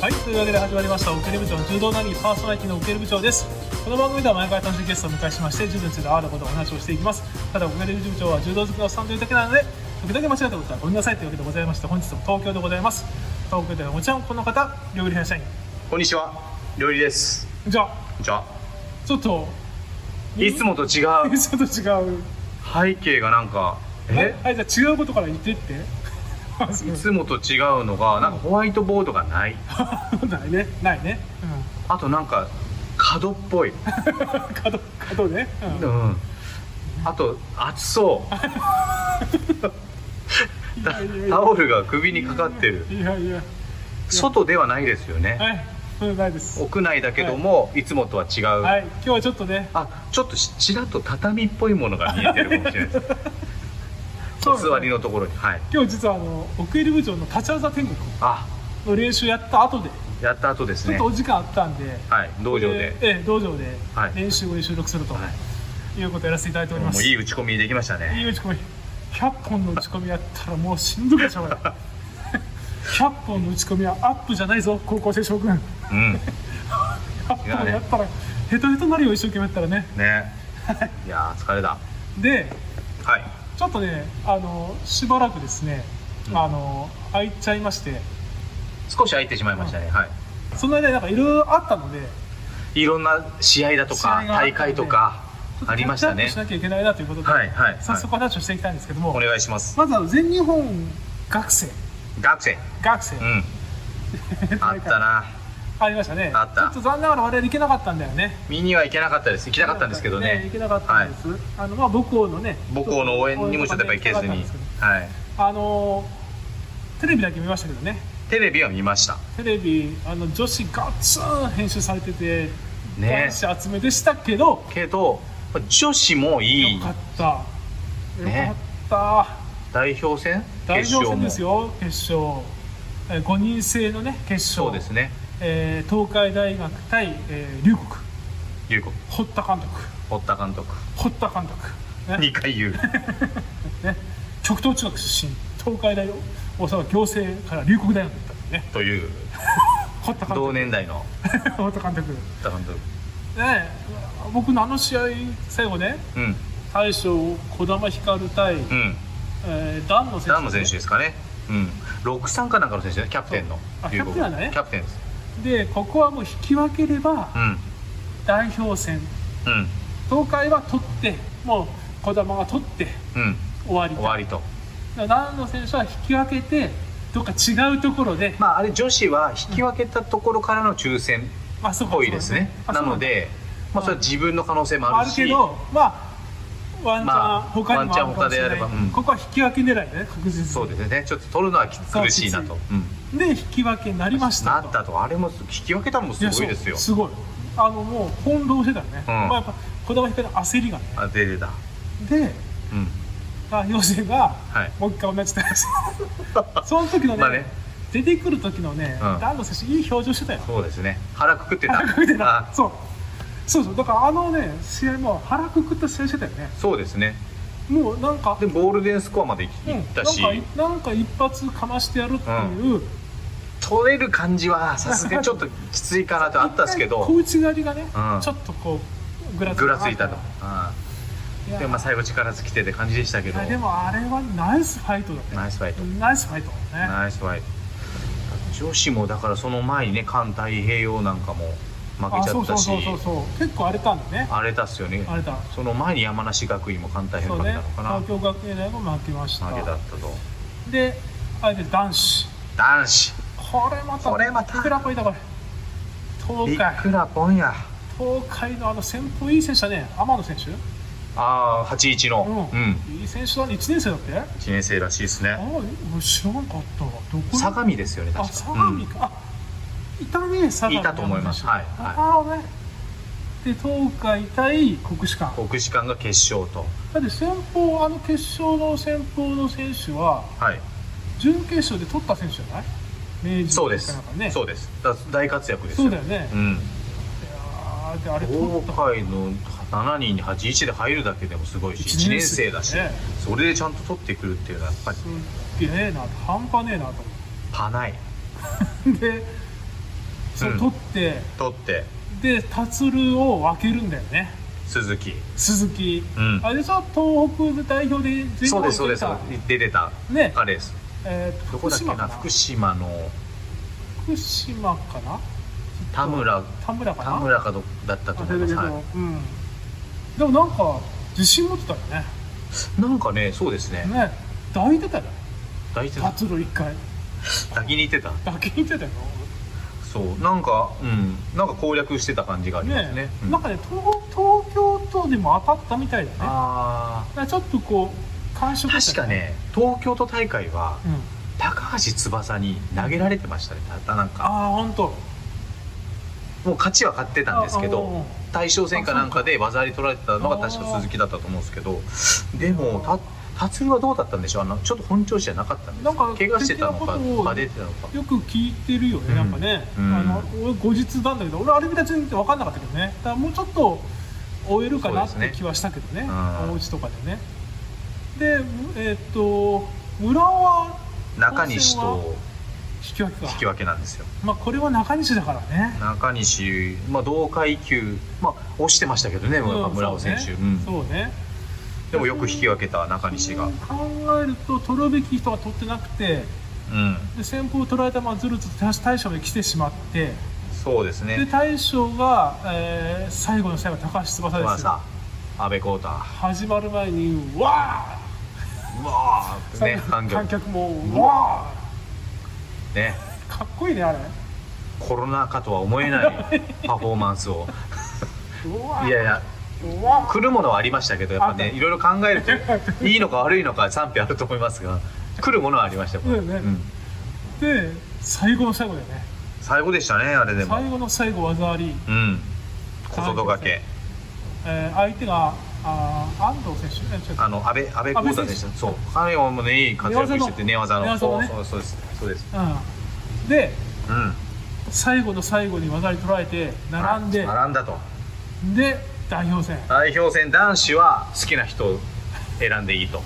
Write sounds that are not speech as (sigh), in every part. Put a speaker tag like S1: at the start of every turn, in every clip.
S1: はい、というわけで始まりました、オケル部長の柔道ナギパーソナリティのオケル部長です。この番組では毎回楽しいゲストをお迎えしまして、柔道についてあわなことをお話をしていきます。ただ、オケル部長は柔道好きのおっさんというだけなので、時々間違ったことはごめんなさいというわけでございまして、本日も東京でございます。東京ではもちろんこの方、料理編社員。
S2: こんにちは、料理です。
S1: じゃあ、
S2: こんにちは。
S1: ちょっと、
S2: いつもと違う
S1: ちょっと違う。
S2: 背景がなんか、え
S1: はい、じゃあ違うことから言ってって。あそう
S2: いつもと違うのが、なんかホワイトボードがない。
S1: ないね、ないね。
S2: あとなんか、角っぽい。
S1: うん。角、角ね。うん
S2: うん。あと、暑そ
S1: いやいや
S2: う。
S1: いや
S2: タオルが首にかかってる。
S1: いやいや。
S2: 外ではないですよね。
S1: はい、そうないです。
S2: 屋内だけども、いつもとは違う。
S1: はい、今日はちょっとね、
S2: あ、ちょっとしちらっと畳っぽいものが見えてるかもしれないです。
S1: (laughs) そ
S2: お
S1: うなんです
S2: 座りのところに。はい。
S1: 今日実はあの奥入部長の立ち技天国
S2: あ、
S1: の練習やった後で、
S2: やった後です
S1: ちょっ
S2: ね
S1: と。お時間あったんで、
S2: はい、道場で
S1: え。ーえー道場で
S2: はい
S1: 練習後に収録すると、、
S2: はい
S1: うことをやらせていただいておりま
S2: もう
S1: す。
S2: いい打ち込みできましたね。
S1: いい打ち込み、100本の打ち込みやったらもうしんどくなっちゃう
S2: (laughs)
S1: から。100本の打ち込みはアップじゃないぞ、高校生諸君。
S2: うん。
S1: 100本やったら、ヘトヘトになるよ、一生懸命やったらね。
S2: ね。いやー疲れた。
S1: で、
S2: はい。
S1: ちょっとね、あのしばらくですね、あの空いちゃいまして。
S2: 少し空いてしまいましたね。はい。
S1: その間になんかいろいろあったので、
S2: いろんな試合だとか
S1: 試合があったんで
S2: 大会とかありましたね
S1: (laughs) キ。ャッチアップしなきゃいけないなということで、
S2: はいはいはい
S1: 早速話をしていきたいんですけども、
S2: お願いします。
S1: まずは全日本学生、
S2: 学生。
S1: 学生、 (laughs)
S2: うん。あったな。
S1: ありましたね、
S2: あった
S1: ちょっと残念ながら我々行けなかったんだよね、
S2: 見には行けなかったです。行きたかったんですけどね
S1: 行。けなかったんです、あのまあ、母校のね、
S2: 母校の応援にもちょっとやっぱ行けず
S1: 応援
S2: に
S1: とかね行けなかったんですけど。あ
S2: はい。
S1: のーテレビだけ見ましたけどね、
S2: テレビは見ました。
S1: テレビ、あの女子がっつん編集されてて、
S2: ね
S1: 男子集めでしたけど、
S2: けど、女子もい
S1: よ
S2: い
S1: かった、
S2: ね
S1: よかった。
S2: 代表戦
S1: 代表戦です
S2: 決勝も。
S1: よ、決勝、えー、5人制の、ね、決勝
S2: そうですね。
S1: えー東海大学対、えー、龍谷、
S2: 龍子、
S1: 堀田監督、
S2: 堀田監督。
S1: 堀田監督、ね
S2: 二回言う。
S1: ね、極東中学出身、東海大大阪行政から龍谷大学に行ったんでね、
S2: という
S1: 堀田監
S2: 同
S1: 督、
S2: 年代の
S1: (laughs) 堀田監督、ね
S2: 堀田監督。
S1: え、僕のあの試合、最後ね、
S2: うん。
S1: 大将、児玉ひかる対、
S2: うん。
S1: えー、段野選手、
S2: ダンの選手ですかね。うん。六三かなんかの選手ね、キャプテンの。
S1: そうあ
S2: 龍谷
S1: キャプテンなんだね
S2: キャプテンです。
S1: で、ここはもう引き分ければ
S2: うん。
S1: 代表戦。
S2: うん。
S1: 東海は取ってもう児玉が取って
S2: うん。
S1: 終わり
S2: 終わりと。
S1: だから南野選手は引き分けてどっか違うところで、
S2: まあ、あれ女子は引き分けたところからの抽選っ
S1: まあ、そうか
S2: ぽいですね。
S1: そう
S2: な
S1: か
S2: ので、まあ、それは自分の可能性も
S1: あ
S2: あ
S1: る
S2: る
S1: け
S2: し。
S1: どまあワンチャン、
S2: まあ
S1: 他にもあるかもしれない
S2: ワンチャン他であればうん
S1: ここは引き分け狙いだね確実に
S2: そうですね。ちょっと取るのはき
S1: そう
S2: 苦しいなと。
S1: き
S2: うん。
S1: で引き分けになりました
S2: な
S1: と
S2: ったと、あれも引き分けたのもす
S1: や
S2: ごいですよ
S1: そう。すごいあのもう翻弄してたよね、
S2: うん
S1: まあ、やっぱ児玉光の焦りがね
S2: あ、出てた。
S1: で
S2: うん。
S1: あ陽性が、
S2: い
S1: もう一回同じ
S2: (laughs)
S1: ですその時のね,、
S2: まあね
S1: 出てくる時のね、
S2: うん
S1: ダンロ選手いい表情してたよ
S2: そうですね。腹くくってた。
S1: 腹くくってた
S2: あ
S1: そうそうそうだからあのね試合も腹くくった試合してたよね
S2: そうですね。
S1: もうなんか
S2: で、ゴールデンスコアまでい
S1: うん
S2: 行ったし。
S1: なんかなんか一発かましてやるっていう、
S2: 取れる感じはさすがにちょっときついかなとあったんですけ
S1: 一回小
S2: ど
S1: 内刈りがね、
S2: うん
S1: ちょっとこうぐら
S2: ぐらついたと、
S1: い
S2: うん
S1: や
S2: でもまあ最後力尽きてって感じでしたけ
S1: い
S2: ど
S1: やでもあれはナイスファイトだね
S2: ナイスファイト
S1: ナイスファイトだね
S2: ナイスファイト女子もだからその前にね環太平洋なんかも負
S1: あ
S2: けちゃ
S1: そう
S2: っ
S1: そう
S2: たし
S1: そうそうそう結構荒れたんだね
S2: 荒れたっすよね
S1: 荒れた
S2: その前に山梨学院も環太平
S1: そう
S2: 洋負け
S1: ね
S2: たのかな
S1: 東京学芸大も負けました
S2: 負けだったと
S1: で相手男子
S2: 男子
S1: これまた
S2: これまた
S1: いくらこいたこれ
S2: ビ
S1: 東海
S2: ッグなポンや
S1: 東海のあの先鋒いい選手だね天野選手
S2: ああ81の
S1: う
S2: うんん
S1: いい選手だね1年生だってあ
S2: 1年生らしいです
S1: あ
S2: ね
S1: 俺知らなかったわどこ
S2: 相模ですよね
S1: あ
S2: 確か
S1: 相模
S2: うん
S1: か、あいたね相模
S2: いたと思いますはいはい
S1: ああねで東海対国士舘
S2: 国士舘が決勝と
S1: だって先方あの決勝の先方の選手は
S2: はい
S1: 準決勝で取った選手じゃない明治
S2: そうです
S1: なんか、ね
S2: そうですだ大活躍です
S1: そう
S2: よ
S1: だよね、
S2: うん
S1: あーであれ取っ
S2: 東
S1: た
S2: 海の7人に81で入るだけでもすごいし1年生だし、
S1: ね
S2: それでちゃんと取ってくるっていうのはやっぱり
S1: すっげえな半端ねえなと思
S2: パない
S1: ってでそう
S2: うん
S1: 取って
S2: 取って
S1: で達郎を分けるんだよね
S2: 鈴木
S1: 鈴木、
S2: うん
S1: あれでしょ東北代表で全
S2: そ
S1: 国
S2: うで
S1: に
S2: すそうです出てた
S1: ね
S2: あれです
S1: えーと
S2: ど
S1: 福
S2: こだっけ
S1: 島か
S2: な
S1: な
S2: 福島の
S1: 福島かな
S2: 田村
S1: 田村かな
S2: 田村かどだったと思
S1: 忘
S2: いま
S1: れ
S2: す、
S1: たけど、
S2: は
S1: うんでもなんか自信持ってたよね
S2: い、なんかねそうですね
S1: ね抱いてたよ
S2: 抱いてた
S1: 達郎一回
S2: 抱きに行ってた
S1: 抱きに行ってたよ
S2: そうなんかうんなんか攻略してた感じがありますね
S1: ね
S2: うん
S1: なんかね東東京都でも当たったみたいだねだか
S2: あ
S1: らちょっとこう感触
S2: ー確かね東京都大会は
S1: うん、
S2: 高橋翼に投げられてましたねたなんか
S1: ああ本当
S2: もう勝ちは勝ってたんです
S1: あ
S2: け
S1: あ
S2: ど大将戦かなんかで技あり取られてたのが確
S1: あ
S2: か
S1: あ
S2: 鈴木だったと思うんですけどでもた達郎はどうだったんでしょうあのちょっと本調子じゃなかったんです
S1: なんか
S2: 怪我してたの
S1: 的な
S2: か
S1: ことを
S2: バ出てたのか
S1: よく聞いてるよね、
S2: うん
S1: なんかね、
S2: うん
S1: あの俺後日なんだけど俺あれ見た時って分かんなかったけどねだからもうちょっと終えるかなっ
S2: そうで
S1: て
S2: すね
S1: 気はしたけどね
S2: うん
S1: おうちとかでねでえーっと村は
S2: 中西と
S1: 引き分けか
S2: 引き分けなんですよ
S1: まあ、これは中西だからね
S2: 中西、まあ、同階級、まあ、押してましたけどね、やっぱ村尾選手、うん
S1: そうね
S2: でもよく引き分けた中西が、
S1: そう考えると取るべき人は取ってなくて
S2: うん、
S1: で先方を取られたままずるずると大将に来てしまって
S2: そうです
S1: で
S2: ね、
S1: 大将が、えー最後の最後高橋翼
S2: まあ
S1: ですよ
S2: さ、阿部浩太、うわ
S1: 始まる前にわ
S2: あ
S1: ー、
S2: ね、反響
S1: 観客も
S2: う
S1: わ
S2: ね、
S1: ーかっこいいねあれ
S2: コロナ禍とは思えないパフォーマンスを、
S1: うわー
S2: いやいや、
S1: うわ
S2: 来るものはありましたけど、やっぱね、いろいろ考えると、いいのか悪いのか、賛否あると思いますが、来るものはありましたよ、これ
S1: そうだよね
S2: うん
S1: ーで最後の最後だよね
S2: 最後でしたね、あれでも、
S1: 最後の最後技あり、
S2: うん、小外掛け、
S1: えー相手があー安藤選手え違う
S2: あの安倍安倍浩太でした。そう、彼はもうねいい活躍してて寝技の、
S1: 寝技の
S2: そう
S1: ね
S2: そうそうですそうです。
S1: うん、で
S2: うん。
S1: 最後の最後に技に取られて並んで、
S2: 並んだと。
S1: で代表戦
S2: 代表戦男子は好きな人を選んでいいと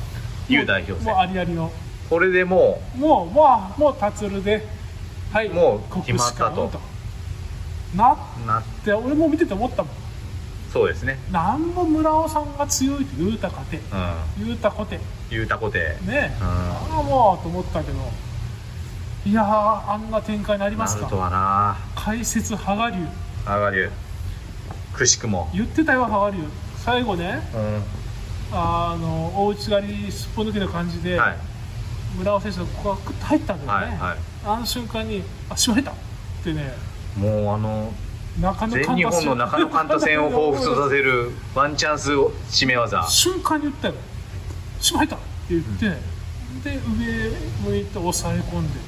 S2: いう代表
S1: も
S2: 戦
S1: う。ありありの
S2: これでも
S1: もうまあもう達るではい
S2: もう決まったと
S1: 国士舘なっ
S2: うな
S1: て俺も見てて思ったもん
S2: そうですね。
S1: なんも村尾さんが強いと言うたかて
S2: うん。
S1: 言うたこてね
S2: ゆうたこて。
S1: え
S2: うん
S1: ああもうと思ったけどいやーあんな展開になりま
S2: な
S1: す
S2: ると
S1: か
S2: はな。
S1: 解説羽賀流
S2: 上がりゅう。くしくも。
S1: 言ってたよ羽賀流最後ね
S2: うん。
S1: あの大内刈りすっぽ抜けの感じで、
S2: はい
S1: 村尾選手がここがクッと入ったんだよ
S2: は
S1: ね、
S2: いは
S1: あの瞬間に「あしまった!」ってね
S2: い。もうあの
S1: 中野
S2: 全日本の中野カンタ戦を彷彿させるワンチャンスを締め技。
S1: 瞬間に言ったよ「しまった!」って言って、で上向いて抑え込んで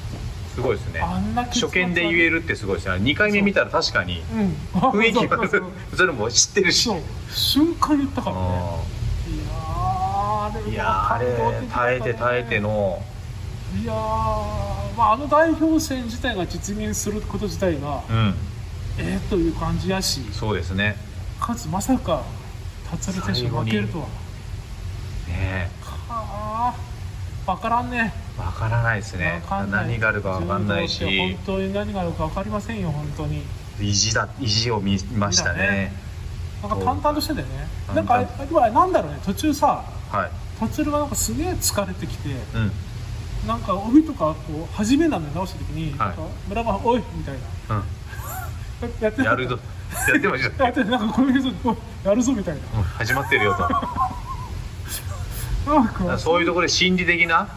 S1: す
S2: ごいですね。
S1: あんな
S2: 初見で言え
S1: る、
S2: るってすごいですね2回目見たら確かに
S1: うん、
S2: 雰囲気がある
S1: そうそう
S2: それも知ってるし
S1: そう瞬間に言ったからね
S2: あ
S1: いやーあれ
S2: ーいやーあ
S1: 感動的
S2: れ
S1: だった
S2: 耐
S1: ね
S2: えて耐えての
S1: いやー、まあ、あの代表戦自体が実現すること自体が、
S2: うん
S1: えー、という感じやし
S2: そうですね
S1: かつまさか達郎選手が負けるとは
S2: ね
S1: はあ分からんね
S2: えわからないです
S1: わ
S2: ね
S1: かんない
S2: 何があるかわかんない
S1: 柔道って
S2: し
S1: 本当に何があるか分かりませんよ本当に
S2: 意地だ意地を見ましたね
S1: 見たねなんか淡々としてんだよね
S2: そう
S1: なんかあれでもあれなんだろうね途中さ
S2: はい
S1: 達郎がなんかすげえ疲れてきて
S2: うん
S1: なんか帯とかこう初めなんで直した時に、
S2: はい
S1: なんか村場おいみたいなやって
S2: うん
S1: なか
S2: や
S1: った
S2: る (laughs) ぞやってまし
S1: (laughs)
S2: た
S1: やってなんかこういうぞおいやるぞみたい
S2: うん始まってるよと
S1: ななんか
S2: そういうところで心理的な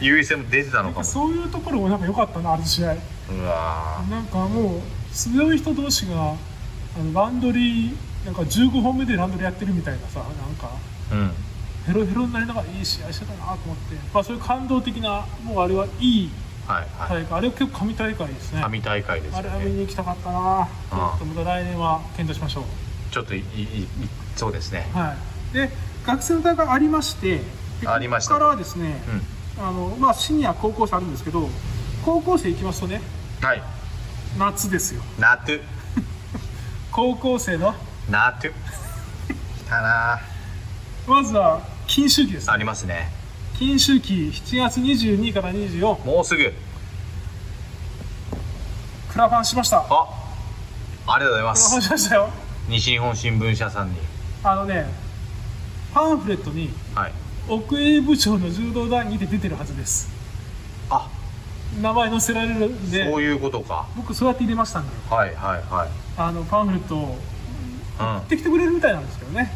S2: 優位性も出てたのかも
S1: そういうところもなんか良かったなあの試合
S2: うわ
S1: なんかもう強い人同士があのランドリーなんか15本目でランドリーやってるみたいなさなんか
S2: ーうん
S1: ヘロヘロになりながらいい試合してたなと思って、まあ、そういう感動的なもうあれはいい
S2: はいはい
S1: 大会あれは結構神大会ですね
S2: 神大会です
S1: あ
S2: よ
S1: れは見
S2: ね
S1: に行きたかったなちょ
S2: ああ
S1: っとまた来年は検討しましょう
S2: ちょっといいいそうですね
S1: はいで学生の大会ありましてで
S2: ありました
S1: ここからはですね、
S2: う
S1: あのまあ、シニア高校生あるんですけど高校生行きますとね
S2: んはい
S1: 夏ですよ
S2: ナトゥ
S1: 高校生の
S2: ナトゥ来たな
S1: まずは禁酒期です、
S2: ありますね
S1: 禁酒期7月22から24
S2: もうすぐ
S1: クラファンしました
S2: あありがとうございま
S1: 話
S2: す
S1: しましたよ
S2: 西日本新聞社さんに
S1: あのねパンフレットに
S2: はい
S1: 奥江部長の柔道談義で出てるはずです
S2: あ
S1: 名前載せられるんで
S2: そういうことか
S1: 僕そうやって入れましたんで
S2: はいはいはい
S1: あのパンフレットを
S2: う
S1: できてくれるみたいなんですけどね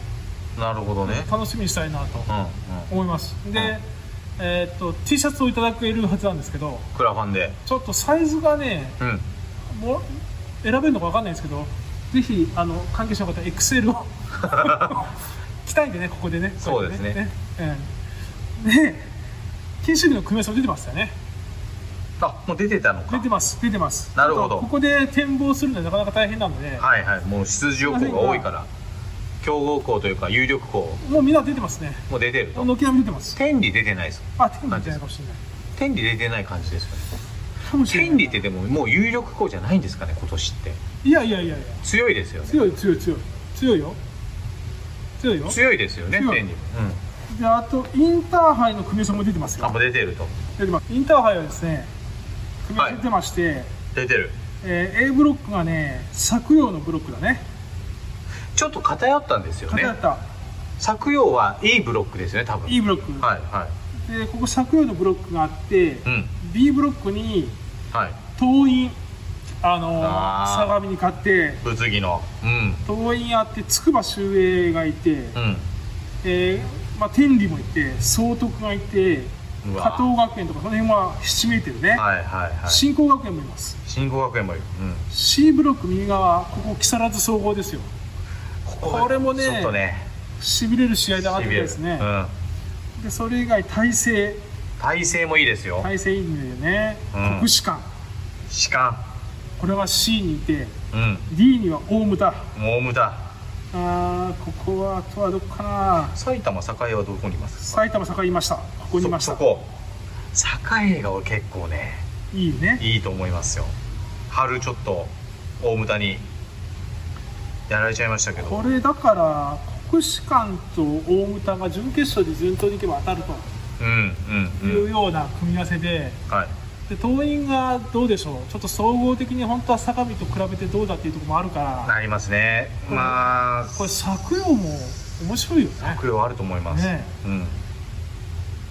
S2: んなるほどね
S1: 楽しみにしたいなと
S2: うんうん
S1: 思います
S2: う
S1: で、えーっと T シャツをいただけるはずなんですけど
S2: クラファンで
S1: ちょっとサイズがね
S2: うん
S1: もう選べるのか分かんないですけどぜひあの関係者の方
S2: (laughs)
S1: XL を着たいんでねここでね
S2: そうですね
S1: うんで禁止日の組み合わせも出てますよね
S2: あもう出てたの
S1: 出
S2: か
S1: てます出てます
S2: なるほど
S1: ちょっとここで展望するのはなかなか大変なので、
S2: はいはいもう出場校が多いから強豪校というか有力校
S1: もうみんな出てますね
S2: もう出てると
S1: 軒並み出てます
S2: 天理出てないです
S1: あ天理じゃないかもしれない
S2: 天理出てない感じですかね
S1: かもしれない
S2: 天理ってでももう有力校じゃないんですかね今年って
S1: いやいやいやいや
S2: 強いですよね
S1: 強い強い強い強いよ強いよ
S2: 強いですよね
S1: 強い
S2: 天理う
S1: であとインターハイの組み合わせも出てます
S2: んあ
S1: よ
S2: もう出てると
S1: 出てますインターハイはですね組み合わせ出てまして、
S2: 出てる
S1: えー A ブロックがね作陽のブロックだね
S2: ちょっと偏ったんですよね
S1: 偏った
S2: 作用は E ブロックですよね多分
S1: E ブロック、
S2: はいは
S1: でここ作陽のブロックがあって、
S2: うん
S1: B ブロックに
S2: いはい
S1: 桐蔭あのー
S2: あー
S1: 相模に勝って
S2: 物議のうん
S1: 桐蔭あって筑波秀英がいて、
S2: うん
S1: えーまあ、天理もいて総督がいて
S2: うわ
S1: 加藤学園とかその辺はひしめいてるね、
S2: はいはいはい
S1: 新興学園もいます
S2: 新興学園もいる、うん
S1: C ブロック右側ここ木更津総合ですよ
S2: こ
S1: これもね
S2: ちょっとね
S1: しびれる試合だなってことですね
S2: しびれるうん
S1: でそれ以外大勢
S2: 体勢もいいですよ、
S1: 大勢いいんだよね、
S2: うん
S1: 国士舘
S2: 士官
S1: これは C にいて
S2: うん、
S1: D には大牟田
S2: もう無駄
S1: あーここはあとはどこかな
S2: 埼玉栄はどこにいますか
S1: 埼玉栄いましたここにいました
S2: そそこ栄が俺結構ね
S1: いいね
S2: いいと思いますよ春ちょっと大牟田にやられちゃいましたけど
S1: これだから国士舘と大牟田が準決勝で順当にいけば当たる
S2: うん
S1: と
S2: うん
S1: い
S2: うん
S1: うような組み合わせで
S2: はい
S1: で桐蔭がどうでしょうちょっと総合的に本当は相模と比べてどうだっていうところもあるから
S2: なりますね
S1: これ
S2: まあ
S1: これ作用も面白いよね
S2: 作用はあると思います、
S1: ね
S2: うん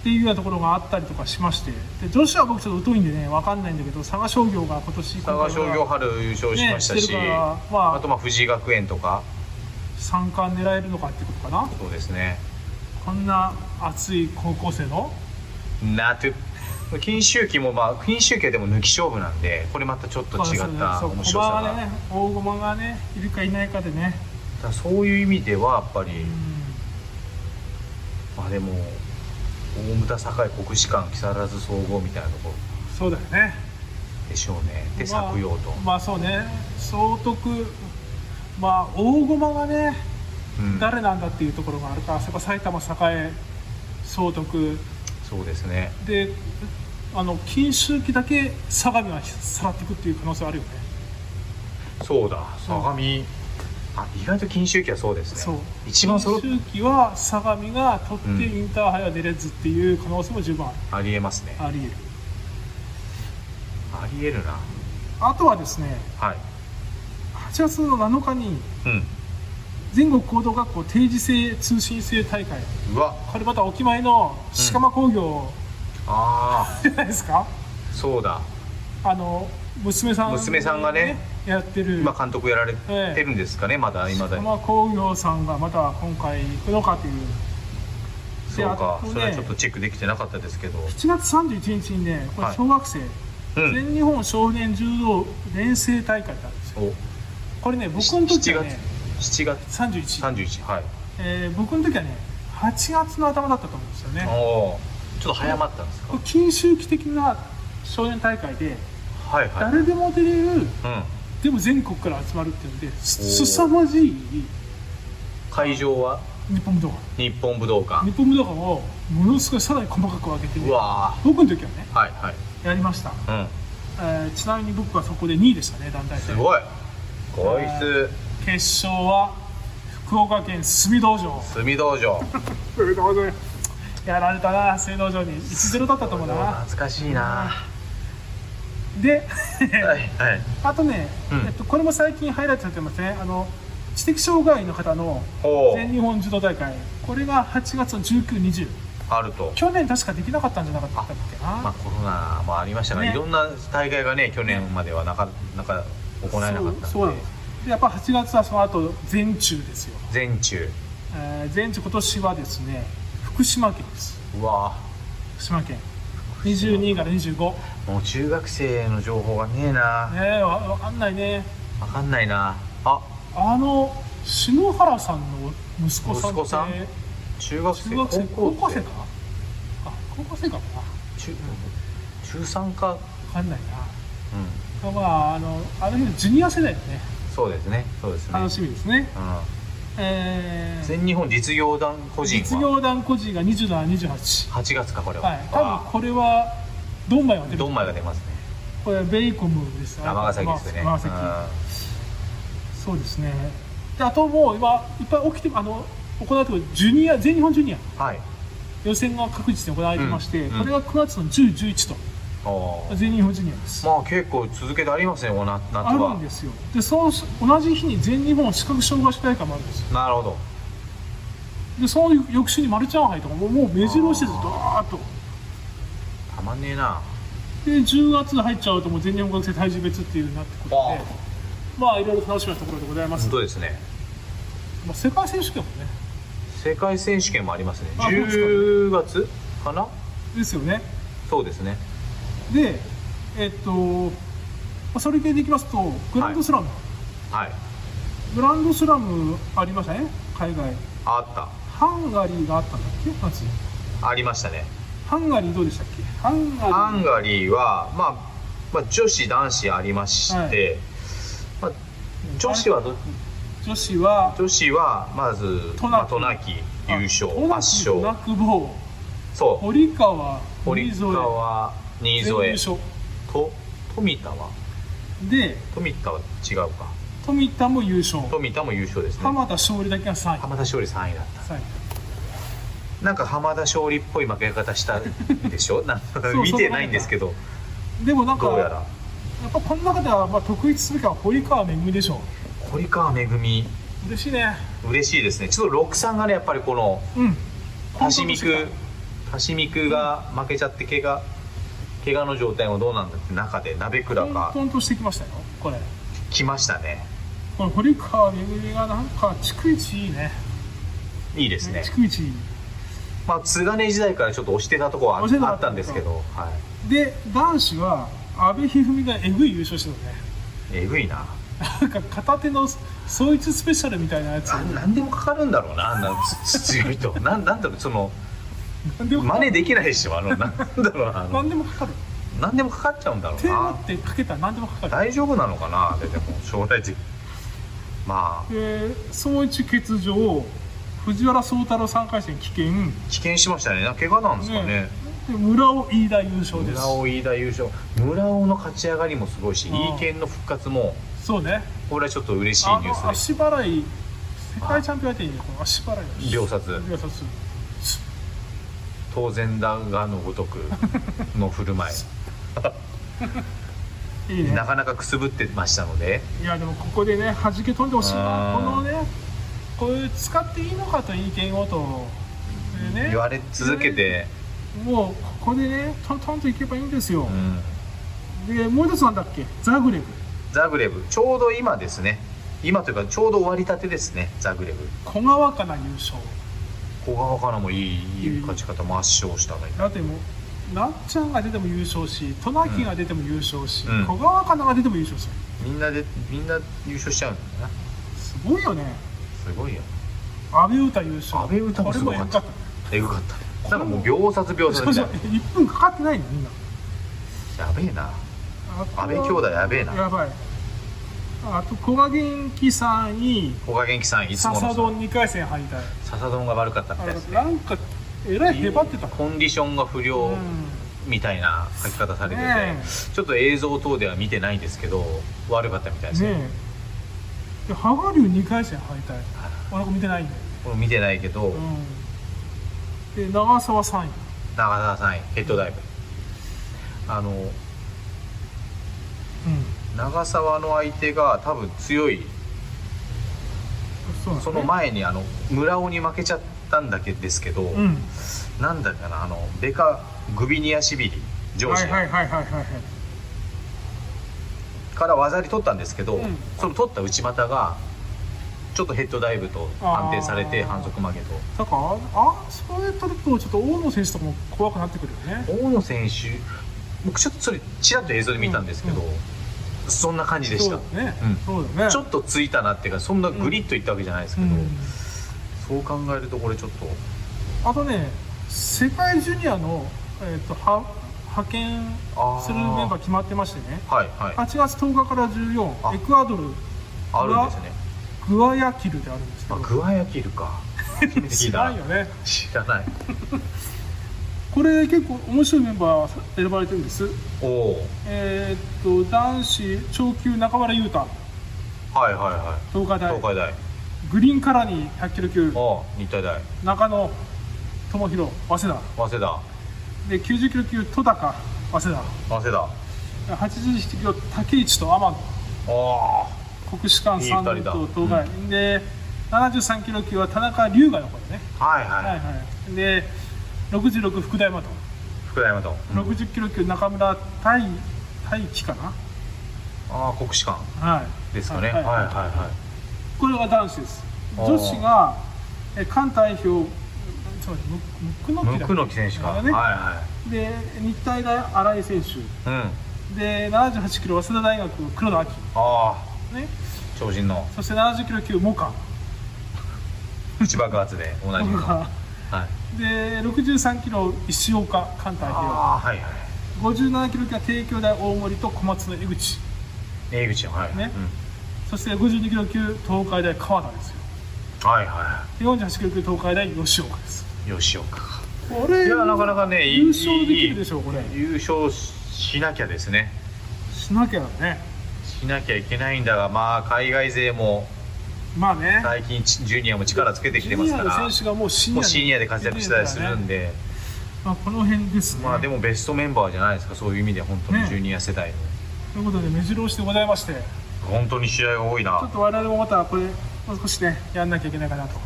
S1: っていうようなところがあったりとかしましてで女子は僕ちょっと疎いんでね分かんないんだけど佐賀商業が今年
S2: 佐賀商業
S1: 今
S2: 春優勝しました
S1: ね
S2: し,、
S1: してるからまあ
S2: あ、とまあ藤井学園とか
S1: 回は3冠狙えるのかってことかな
S2: そうですね
S1: こんな熱い高校生の
S2: なと金周期もまあ金周期はでも抜き勝負なんでこれまたちょっと違った
S1: そう
S2: 面白さ
S1: 駒
S2: が
S1: がね大駒がねいるかいないかでね
S2: だからそういう意味ではやっぱり、
S1: うん
S2: まあでも大牟田堺国士舘木更津総合みたいなところ
S1: そうだよね
S2: でしょうねで
S1: まあ
S2: 作用と、
S1: まあそうね総督まあ大駒がね
S2: うん
S1: 誰なんだっていうところがあるから、それから埼玉栄総督
S2: そうですね
S1: であの禁酒期だけ相模がさらっていくっていう可能性はあるよね
S2: そうだ相模、あ意外と金周期はそうですね
S1: そう
S2: 一番揃っ
S1: 禁酒期は相模が取って
S2: う
S1: インターハイは出れずっていう可能性も十分ある
S2: ありえますね
S1: あり得る
S2: ありえるな
S1: あとはですね
S2: はい
S1: 8月の7日に
S2: うん
S1: 全国高等学校定時制通信制大会
S2: うわ
S1: これまたお決まりの鹿間工業
S2: あ
S1: じゃないですか、
S2: あそうだ
S1: あの娘さん、
S2: 娘さんがね
S1: やってる
S2: 今監督やられてるんですかね、まだいまだ
S1: 鹿
S2: に
S1: 間工業さんがまた今回行くのかという
S2: そうか
S1: あ、とね
S2: それはちょっとチェックできてなかったですけど、
S1: 7月31日にねこれ
S2: はい
S1: 小学生、
S2: うん、
S1: 全日本少年柔道連成大会ってあるんですよ
S2: お
S1: これね僕の時はね
S2: 7月
S1: 31、
S2: 31はい、
S1: えー僕の時はね8月の頭だったと思うんですよね
S2: おおちょっと早まったんです
S1: こ
S2: か
S1: れ禁周期的な少年大会で
S2: はいはい
S1: 誰でも出れる、
S2: うん
S1: でも全国から集まるっていうんですさまじい
S2: 会場は
S1: 日本武道
S2: 日本武道
S1: 館
S2: 館
S1: 日本武道館をものすごいさらに細かく分けて
S2: うわ
S1: 僕の時はね
S2: ーはいはい
S1: やりました、
S2: うん
S1: えーちなみに僕はそこで2位でしたね団体です
S2: ごいこいつ
S1: 決勝は福岡県隅道場
S2: 隅道場
S1: 隅道場やられたな隅道場に1-0だったと思うな
S2: 懐かしいな
S1: で、
S2: はいはい
S1: (laughs) あとね、
S2: うん
S1: えっと、これも最近ハイライトされてますねあの知的障害の方の
S2: お
S1: 全日本柔道大会これが8月の1920
S2: あると
S1: 去年確かできなかったんじゃなかったっけな、
S2: まあコロナもありましたが、
S1: ね
S2: いろんな大会がね去年まではなかなか行えなかったん
S1: そ
S2: で
S1: うそうなんですでやっぱ8月はその後全中ですよ、
S2: 全中
S1: えー、全中今年はですね福島県です
S2: うわ
S1: 福島県22から25ね
S2: もう中学生の情報がねえな、
S1: えわわかんないね
S2: わかんないなあ
S1: あの篠原さんの息子さんって
S2: 息子さん中学生
S1: 中学生
S2: 高
S1: 高
S2: 校
S1: 校
S2: 生
S1: 生かあ高校生かもな
S2: 中中3か
S1: 分かんない
S2: うん
S1: なまああのあの日のジュニア世代だね
S2: そうですねそうですね
S1: 楽しみですね、
S2: うん
S1: えー
S2: 全日本実業団個人
S1: 実
S2: は
S1: 業団個人が2728
S2: 8月かこれは、
S1: はい多分これはドンマイは出
S2: あ
S1: る
S2: ドンマイが出ますね
S1: これベイコムです
S2: 尼崎ですよね
S1: 尼崎そうですねであともう今いっぱい起きてあの行われてるジュニア全日本ジュニア
S2: うんはい
S1: 予選が各地で行われてまして、
S2: うんうん
S1: これが9月の10、11
S2: おお
S1: と
S2: ー
S1: 全日本ジュニアです、
S2: まあ結構続けてありますねこの夏夏
S1: ある
S2: は
S1: んですよでその同じ日に全日本視覚障害者大会もあるんですよ
S2: なるほど
S1: でその翌週にマルチャンハイとかももう目白押しですドーッと
S2: たまんねえな
S1: で10月入っちゃうともう全日本学生体重別っていうなってくる
S2: わ
S1: の
S2: あ
S1: でまあいろいろ楽しみなところでございます、ま
S2: 本当ですね
S1: あ、世界選手権もね
S2: 世界選手権もありますね
S1: あそうですか
S2: 10月かな
S1: ですよね
S2: そうですね
S1: でえっと、まあ、それ系でいきますとグランドスラム、
S2: はい
S1: グランドスラムありましたね海外
S2: あっ
S1: ハンガリーがあったんだっけ夏
S2: たありましたね
S1: ハンガリーどうでしたっけハンガリー
S2: ハンガリーは、まあ、まあ女子男子ありまして、まあ、女子はど
S1: 女子は
S2: 女子はまず
S1: 渡名喜
S2: まあ渡名喜優
S1: 小
S2: 勝圧
S1: 松
S2: 勝
S1: 学坊
S2: そう
S1: 堀川
S2: 堀川新
S1: 新
S2: 添
S1: 添全優勝
S2: と富田は
S1: で
S2: 富田は違うか
S1: 富田も優勝
S2: 富田も優勝ですね
S1: 浜田勝利だけが3位
S2: 浜田勝利3位だっ
S1: 三位
S2: たなんか浜田勝利っぽい負け方した
S1: (laughs)
S2: でしょなんか
S1: そう
S2: 見てないんですけど
S1: でもなんか
S2: どうや
S1: や
S2: ら
S1: っぱこの中ではまあ特筆すべきは堀川恵でしょ
S2: 堀川恵
S1: う嬉しいね
S2: 嬉しいですねちょっと6三がねやっぱりこの
S1: うん
S2: タシミクタシミクが負けちゃって怪我怪我の状態もどうなんだって中で鍋倉
S1: 混
S2: が
S1: 沌としてきましたよこれ
S2: 来ましたね
S1: これ堀川恵がなんか逐一いいね
S2: いいですね
S1: 逐一いい
S2: まあ津金時代からちょっと押してたとこはあ
S1: 押してた
S2: あったんですけど、はい、
S1: で男子は阿部一二三がえぐい優勝してたね
S2: えぐいな
S1: なんか片手の創一スペシャルみたいなやつ
S2: な何でもかかるんだろうなあんなつ強いとなんなんだろうその
S1: 何でも
S2: 真似できないでしょあのなんだろうなあの
S1: 何でもかかる
S2: 何でもかかっちゃうんだろう
S1: 手持
S2: な
S1: ってかけたら何でもかかる
S2: 大丈夫なのかなででも将来的にまあ
S1: で総一欠場藤原宗太郎3回戦棄権
S2: 危険しましたねな怪我なんですかね
S1: で村尾飯田優勝です
S2: 村尾飯田優勝村尾の勝ち上がりもすごいし
S1: うん
S2: 飯県の復活も
S1: そうね
S2: これはちょっと嬉しい
S1: あ
S2: ニュ
S1: の
S2: ース
S1: 足払い世界チャンピオン相手にねこの足払い
S2: です
S1: の
S2: 秒殺
S1: 両殺
S2: 当然だがのごとくの振る舞
S1: いい (laughs)
S2: い、
S1: ね
S2: なかなかくすぶってましたので
S1: いやでもここでね弾け飛んでほしいなこ
S2: うん
S1: のねこういう使っていいのかといい剣をと、ね
S2: 言われ続けて、
S1: もうここでねトントンといけばいいんですよ
S2: う、ん、
S1: でもう一つなんだっけザグレブ
S2: ザグレブちょうど今ですね今というかちょうど終わりたてですねザグレブ
S1: 小川かな優勝
S2: 小川かなもいいいい勝ち方も圧勝したね
S1: だってもうなっちゃんが出ても優勝し渡名喜が出ても優勝し、
S2: うん
S1: 小川かなが出ても優勝する
S2: みんなでみんな優勝しちゃうんだよな
S1: すごいよね
S2: すごいよ
S1: 阿部詩優勝
S2: 阿部詩もす
S1: こ
S2: ご
S1: れも
S2: かっ
S1: 良か
S2: た
S1: った
S2: えぐかったなんかもう秒殺秒殺
S1: そう
S2: み
S1: じ
S2: たい
S1: ゃ1分かかってないのみんな
S2: なやべえな
S1: 阿
S2: 阿部兄弟やべえな
S1: やばいあと古賀元気さんに
S2: 小賀元気さんいつもの
S1: 笹丼2回戦敗退
S2: 笹丼が悪かったみ
S1: あ
S2: たいです
S1: れ
S2: ね
S1: なんかえらいへばってた
S2: コンディションが不良みたいな書き方されてて、
S1: ね
S2: ちょっと映像等では見てないんですけど悪かったみたいですね
S1: ねえで羽賀龍2回戦敗退
S2: あ
S1: 俺も見てないんだよ、
S2: これ見てないけど、
S1: うん、で長澤3位
S2: 長澤さんヘッドダイブ、あの長沢の相手が多分強い
S1: そうなんです
S2: そ
S1: ね
S2: の前にあの村尾に負けちゃったんだけですけど、
S1: うん
S2: なんだかなあのベカ・グビニアシビリ上
S1: は
S2: 司
S1: いはいはいはいはいはい
S2: から技あり取ったんですけど、
S1: うん
S2: その取った内股がちょっとヘッドダイブと判定されて
S1: あー
S2: 反則負けと
S1: だからああそうやった時もちょっと大野選手とかも怖くなってくるよね
S2: 大野選手僕ちょっとそれちらっと映像で見たんですけど、
S1: う
S2: そんな感じでし
S1: そ
S2: た、
S1: うだね、
S2: うん
S1: そうだね
S2: ちょっとついたなっていうかそんなグリッといったわけじゃないですけ
S1: う
S2: ど、
S1: ん
S2: そう考えるとこれちょっと
S1: あとね世界ジュニアの、えー、とは派遣
S2: あー
S1: するメンバー決まってましてね
S2: はいはいあ
S1: 8月10日から14
S2: あ
S1: エクアドル
S2: るんですね
S1: グアヤキルであるんですけ
S2: あ
S1: ど
S2: グアヤキルか初めて聞
S1: 知
S2: い
S1: ら
S2: た
S1: んよね
S2: 知らない
S1: これ結構面白いメンバー選ばれてるんです
S2: おお
S1: えっ、と男子超級中原優太
S2: はいはいは
S1: 東海
S2: い
S1: 大
S2: 東海大
S1: グリーンカラーに100キロ級
S2: お日体大
S1: 中野智弘早稲田
S2: 早稲田
S1: で90キロ級戸高早稲
S2: 早稲
S1: 田
S2: 田
S1: 81キロ竹内と天野
S2: あ
S1: 国士舘三
S2: いい二
S1: 郎
S2: 人だ
S1: と東海、で73キロ級は田中龍が横でね、
S2: あはいはい、
S1: はいはい、で66福田山と
S2: 福田山と、あ
S1: 60キロ級中村大大輝かな
S2: あー国士舘
S1: はい
S2: ですかね、はい、はいはいはい
S1: これが男子です
S2: あー
S1: 女子がえ関代表つまりムムクノキだ
S2: ムクノキ選手か、
S1: あ
S2: は
S1: れ
S2: い
S1: ね
S2: は
S1: で日体大新井選手
S2: いうんあ
S1: で78キロ早稲田大学黒田亜
S2: あ
S1: 希、ね、
S2: ー超人の
S1: そして70キロ級モカ
S2: 口爆発で同じみの、は
S1: (laughs)
S2: い、
S1: で63キロ石岡関太平
S2: ああーはいはい
S1: 57キロ級は帝京大大森と小松の江口
S2: 江口のはい、
S1: ねそして52キロ級東海大川田ですよ
S2: うん、はいは
S1: で48キロ級東海大吉岡です
S2: い吉岡
S1: これ
S2: いやなかなかねいい
S1: 優勝できるでしょうこれ
S2: 優勝しなきゃですね
S1: しなきゃだね
S2: しなきゃいけないんだがまあ海外勢も
S1: まあね
S2: 最近ちジュニアも力つけてき
S1: ジ
S2: て
S1: ュ
S2: ます
S1: ニア
S2: か
S1: の
S2: ら
S1: 選手がもうシニア
S2: もうシニアで活躍してたりするん
S1: で、
S2: で、
S1: まあ、この辺ですね、
S2: まあでもベストメンバーじゃないですかそういう意味で本当に
S1: ね
S2: ジュニア世代の、
S1: ということで目白押しでございましてち
S2: 本当に試合が多い
S1: ょ
S2: な
S1: っと我々もまたこれもう少しねやんなきゃいけないかなと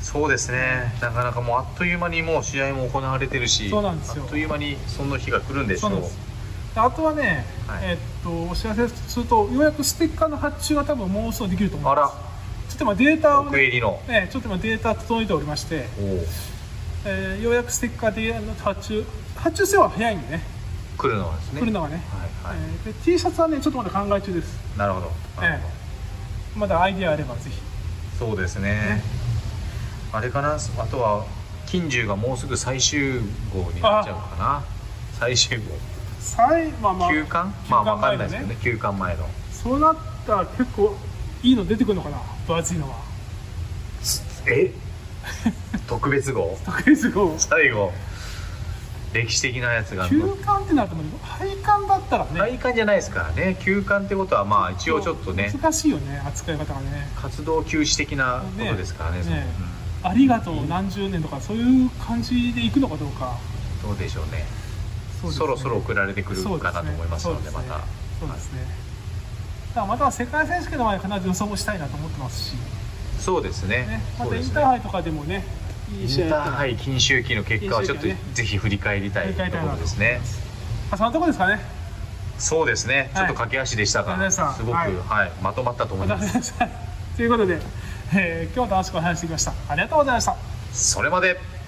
S2: そうですねなかなかもうあっという間にもう試合も行われてるし
S1: そうなんですよ
S2: あっという間にその日が来るんでし
S1: そ
S2: ょ
S1: う
S2: う
S1: なんですであとはね、
S2: はい
S1: えっとお知らせするとようやくステッカーの発注が多分もうすぐできると思
S2: あ
S1: いま
S2: ら
S1: すちょっと今データを
S2: 奥
S1: ね
S2: 襟の
S1: ねちょっと今データ届いておりまして、
S2: おお
S1: えーようやくステッカーであの発注発注せは早いんでね
S2: 来るのはですね
S1: 来るのがね、
S2: はいはい、
S1: えーで T シャツはねちょっとまだ考え中です
S2: なるほどなるほど、
S1: えまだアイデアあればぜひ
S2: そうですねあれかなあとは金獣がもうすぐ最終号になっちゃうかな最終号
S1: 最まあまあ
S2: 休館まあ
S1: 休館
S2: 分かんな
S1: 前
S2: いです
S1: の
S2: けどね休館前の
S1: そうなったら結構いいの出てくるのかな分厚いのは
S2: え (laughs) 特別号 (laughs)
S1: 高いですよ
S2: 最後歴史的なやつが
S1: 休館ってなると思うけど配管だったらね、
S2: 体感じゃないですからね休館ってことはまあ一応ちょっとね
S1: 難しいよね扱い方がね
S2: 活動休止的なことですからね
S1: ね
S2: その
S1: ねありがとう何十年とかそういう感じでいくのかどうか
S2: うんどうでしょうね
S1: そ
S2: そう
S1: ですね
S2: ろそろ送られてくる
S1: そう
S2: かなと思いますので
S1: そう
S2: また
S1: そうですねだからまたは世界選手権の前に必ず予想もしたいなと思ってますし、
S2: そうですね
S1: ね、ま
S2: そう
S1: たイ
S2: で
S1: ン
S2: す
S1: タ
S2: ね
S1: ーハイとかでもねい
S2: イ
S1: い
S2: ン
S1: 試合
S2: タ
S1: だった
S2: ー
S1: ら
S2: ハイ禁酒期の結果はちょっと
S1: 禁酒期
S2: ぜひ振り返りたい
S1: 振り返り
S2: と
S1: たい
S2: こ
S1: な
S2: ろですね。
S1: あそんなとこですかね
S2: そうですね。ちょ
S1: はい
S2: っと駆け足でした
S1: ありが
S2: が、
S1: とうございました
S2: すごく
S1: は
S2: はいいまとまったと思い
S1: また
S2: ます。
S1: ということで、えー今日も楽しくお話ししてきましたありがとうございました
S2: それまで。